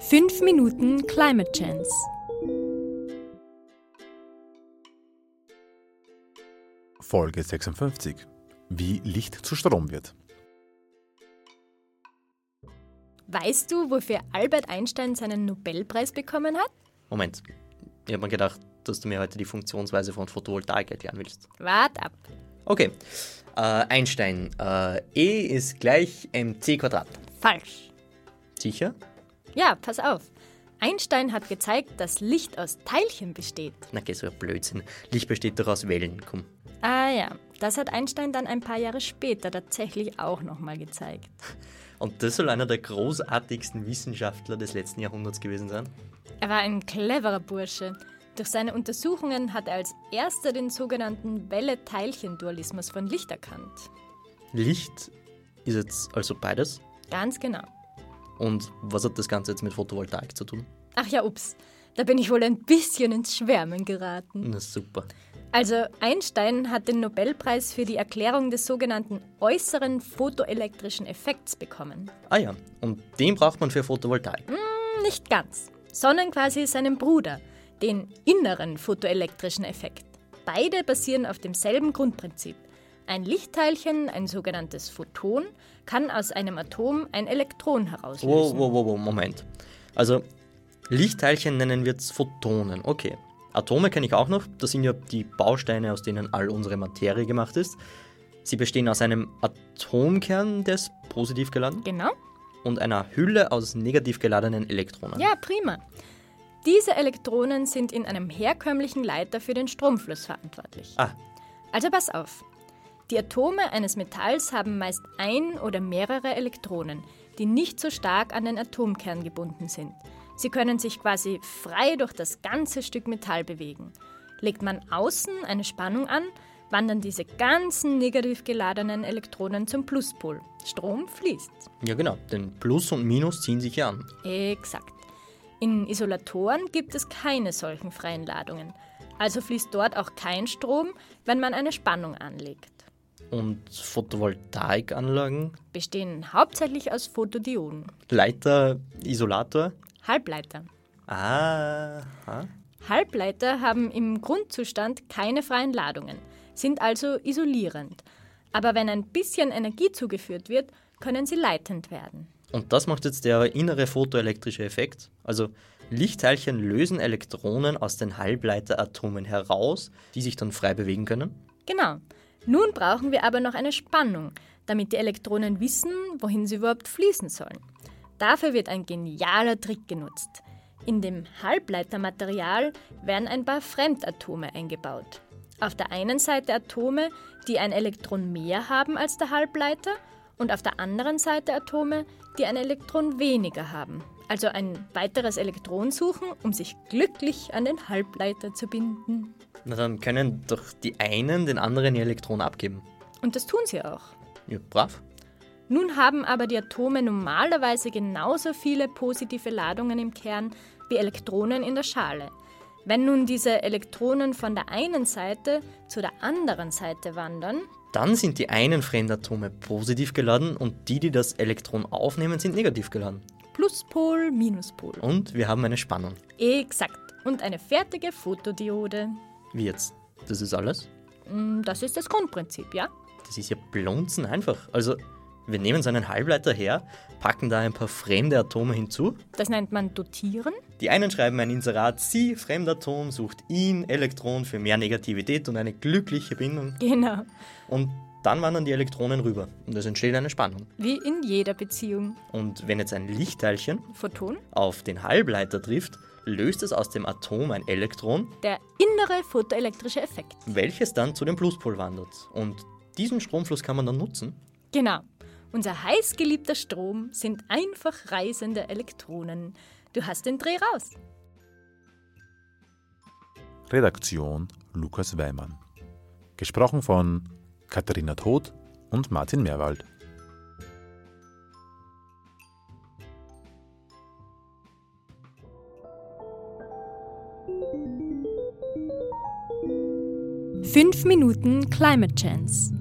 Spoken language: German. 5 Minuten Climate Chance. Folge 56. Wie Licht zu Strom wird. Weißt du, wofür Albert Einstein seinen Nobelpreis bekommen hat? Moment, ich habe mir gedacht, dass du mir heute die Funktionsweise von Photovoltaik erklären willst. Wart ab. Okay, äh, Einstein, äh, E ist gleich mc Quadrat. Falsch. Sicher? Ja, pass auf. Einstein hat gezeigt, dass Licht aus Teilchen besteht. Na, geh so ein Blödsinn. Licht besteht doch aus Wellen, komm. Ah ja, das hat Einstein dann ein paar Jahre später tatsächlich auch nochmal gezeigt. Und das soll einer der großartigsten Wissenschaftler des letzten Jahrhunderts gewesen sein? Er war ein cleverer Bursche. Durch seine Untersuchungen hat er als erster den sogenannten Welle-Teilchen-Dualismus von Licht erkannt. Licht ist jetzt also beides. Ganz genau. Und was hat das Ganze jetzt mit Photovoltaik zu tun? Ach ja, ups, da bin ich wohl ein bisschen ins Schwärmen geraten. Na super. Also Einstein hat den Nobelpreis für die Erklärung des sogenannten äußeren photoelektrischen Effekts bekommen. Ah ja, und den braucht man für Photovoltaik. Hm, Nicht ganz, sondern quasi seinem Bruder, den inneren photoelektrischen Effekt. Beide basieren auf demselben Grundprinzip. Ein Lichtteilchen, ein sogenanntes Photon, kann aus einem Atom ein Elektron herauslösen. Wow, wow, wow, wow, Moment. Also, Lichtteilchen nennen wir jetzt Photonen, okay. Atome kenne ich auch noch, das sind ja die Bausteine, aus denen all unsere Materie gemacht ist. Sie bestehen aus einem Atomkern, der ist positiv geladen, Genau? und einer Hülle aus negativ geladenen Elektronen. Ja, prima. Diese Elektronen sind in einem herkömmlichen Leiter für den Stromfluss verantwortlich. Ah, Also pass auf. Die Atome eines Metalls haben meist ein oder mehrere Elektronen, die nicht so stark an den Atomkern gebunden sind. Sie können sich quasi frei durch das ganze Stück Metall bewegen. Legt man außen eine Spannung an, wandern diese ganzen negativ geladenen Elektronen zum Pluspol. Strom fließt. ja genau, denn Plus und Minus ziehen sich ja an. Exakt. In Isolatoren gibt es keine solchen freien Ladungen. Also fließt dort auch kein Strom, wenn man eine Spannung anlegt. Und Photovoltaikanlagen, Bestehen hauptsächlich aus Photodioden, Leiter, Isolator. Halbleiter. Ah, ah. Halbleiter haben im Grundzustand keine freien Ladungen, sind also isolierend. Aber wenn ein bisschen Energie zugeführt wird, können sie leitend werden. Und das macht jetzt der innere photoelektrische Effekt. Also Lichtteilchen lösen Elektronen aus den Halbleiteratomen heraus, die sich dann frei bewegen können. Genau. Nun brauchen wir aber noch eine Spannung, damit die Elektronen wissen, wohin sie überhaupt fließen sollen. Dafür wird ein genialer Trick genutzt. In dem Halbleitermaterial werden ein paar Fremdatome eingebaut. Auf der einen Seite Atome, die ein Elektron mehr haben als der Halbleiter und auf der anderen Seite Atome, die ein Elektron weniger haben. Also ein weiteres Elektron suchen, um sich glücklich an den Halbleiter zu binden. Na dann können doch die einen den anderen ihr Elektron abgeben. Und das tun sie auch. Ja, brav. Nun haben aber die Atome normalerweise genauso viele positive Ladungen im Kern wie Elektronen in der Schale. Wenn nun diese Elektronen von der einen Seite zu der anderen Seite wandern, Dann sind die einen Fremdatome positiv geladen und die, die das Elektron aufnehmen, sind negativ geladen. Pluspol, Minuspol. Und wir haben eine Spannung. Exakt. Und eine fertige Fotodiode. Wie jetzt? Das ist alles? Mm, Das ist das Grundprinzip, ja? Das ist ja blunzen einfach. Also, wir nehmen so einen Halbleiter her, packen da ein paar fremde Atome hinzu Das nennt man dotieren. Die einen schreiben ein Inserat, sie, Fremdatom, sucht ihn, Elektron für mehr Negativität und eine glückliche Bindung. Genau. Und dann wandern die Elektronen rüber und es entsteht eine Spannung. Wie in jeder Beziehung. Und wenn jetzt ein Lichtteilchen Photon, auf den Halbleiter trifft, löst es aus dem Atom ein Elektron, der innere photoelektrische Effekt. welches dann zu dem Pluspol wandert. Und diesen Stromfluss kann man dann nutzen. Genau. Unser heißgeliebter Strom sind einfach reisende Elektronen. Du hast den Dreh raus. Redaktion Lukas Weimann. Gesprochen von Katharina Todt und Martin Meerwald. Fünf Minuten Climate Chance.